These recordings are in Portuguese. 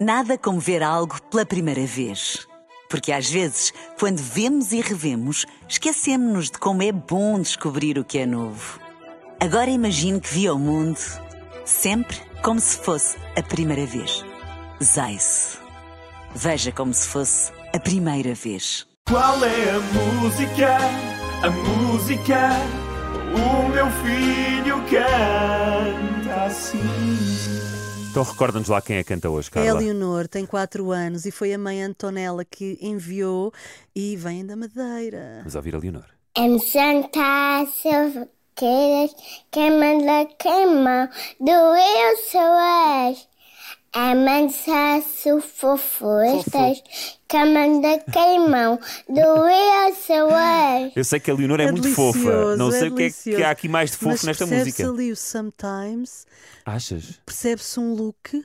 Nada como ver algo pela primeira vez. Porque às vezes, quando vemos e revemos, esquecemos-nos de como é bom descobrir o que é novo. Agora imagine que viu o mundo sempre como se fosse a primeira vez. Zais. Veja como se fosse a primeira vez. Qual é a música? A música? O meu filho canta assim. Então recorda-nos lá quem é que canta hoje, A Carla. Eleonor tem 4 anos e foi a mãe Antonella que enviou e vem da Madeira. Vamos ouvir a Leonor. Em Santa Silvaqueiras, queimando a queimão do eu sou ex. Em Mansaço Fofoestas, queimando a queimão do eu sou ex. Eu sei que a Leonor é, muito delicioso, fofa. Não é sei o que é que delicioso. há aqui mais de fofo Mas nesta percebe-se música. ali o sometimes, Achas? percebe-se um look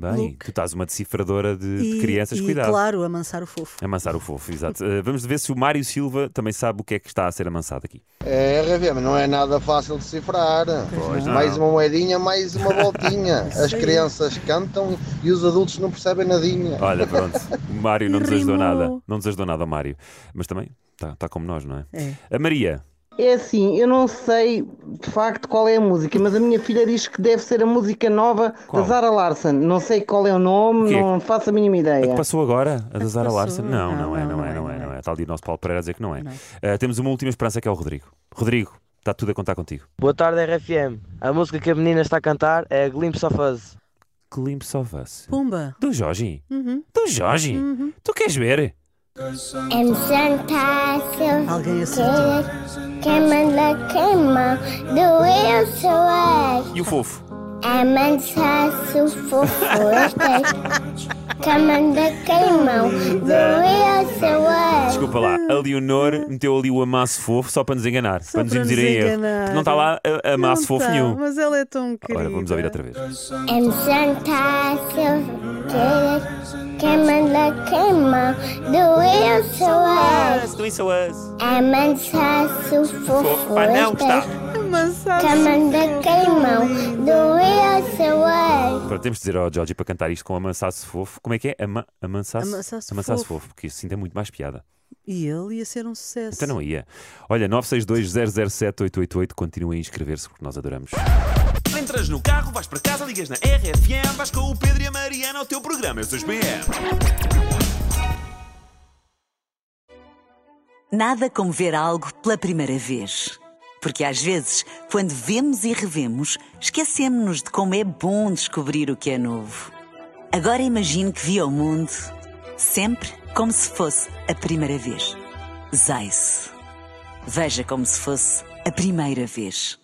Bem, Look. tu estás uma decifradora de, de e, crianças, e, cuidado. claro, amansar o fofo. Amansar o fofo, exato. Eh, vamos ver se o Mário Silva também sabe o que é que está a ser amansado aqui. É, RVM, não é nada fácil de cifrar. não. Mais uma moedinha, mais uma voltinha. As Sim. crianças cantam e os adultos não percebem nadinha. Olha, pronto. O Mário não nos ajudou Rimou. nada. Não nos ajudou nada, o Mário. Mas também está tá como nós, não é? É. A Maria. É assim, eu não sei de facto qual é a música, mas a minha filha diz que deve ser a música nova Qual? da Zara Larson. Não sei qual é o nome, O quê? não faço a mínima A ideia. que passou agora? A da Zara passou? Larson? Não, não, é, não é, não é, não é. Está ali o nosso Paulo Pereira a dizer que não é. Eh, temos uma última esperança que é o Rodrigo. Rodrigo, está tudo a contar contigo. Boa tarde, RFM. A música que a menina está a cantar é Glimpse of Us. Glimpse of Us. Pumba! Do Jorge? Uhum. Do Jorge? Tu queres ver? Em Santa Alguém Silvaqueiras, queimando a queimão do eu sou ex. E o fofo? Amansaço fofostas, camanda queimão, doeu seu ar. Desculpa lá, a Leonor meteu ali o amasso fofo só para nos enganar, Só para nos para nos induzir em erro. enganar. Porque Não está lá a- amasso Não fofo tá, nenhum. Mas ela é tão querida. Agora vamos ouvir outra vez. Em Santa Silveira, camanda queimão, doeu seu ar. Do isso é Amansaço Pá, não, está. fofostas, Amansar camanda queimão, doeu seu ar. Agora temos de dizer ao Jorge para cantar isto com amansaço fofo. Como é que é? Ama, amansaço, Amansaço fofo. fofo, porque isso ainda é muito mais piada. E ele ia ser um sucesso. Então não ia. Olha, 962-007-888, continuem a inscrever-se porque nós adoramos. Entras no carro, vais para casa, ligas na RFM, vais com o Pedro e a Mariana ao teu programa. Eu sou os BM. Nada como ver algo pela primeira vez. Porque às vezes, quando vemos e revemos, esquecemos-nos de como é bom descobrir o que é novo. Agora imagine que viu o mundo sempre como se fosse a primeira vez. Zais. Veja como se fosse a primeira vez.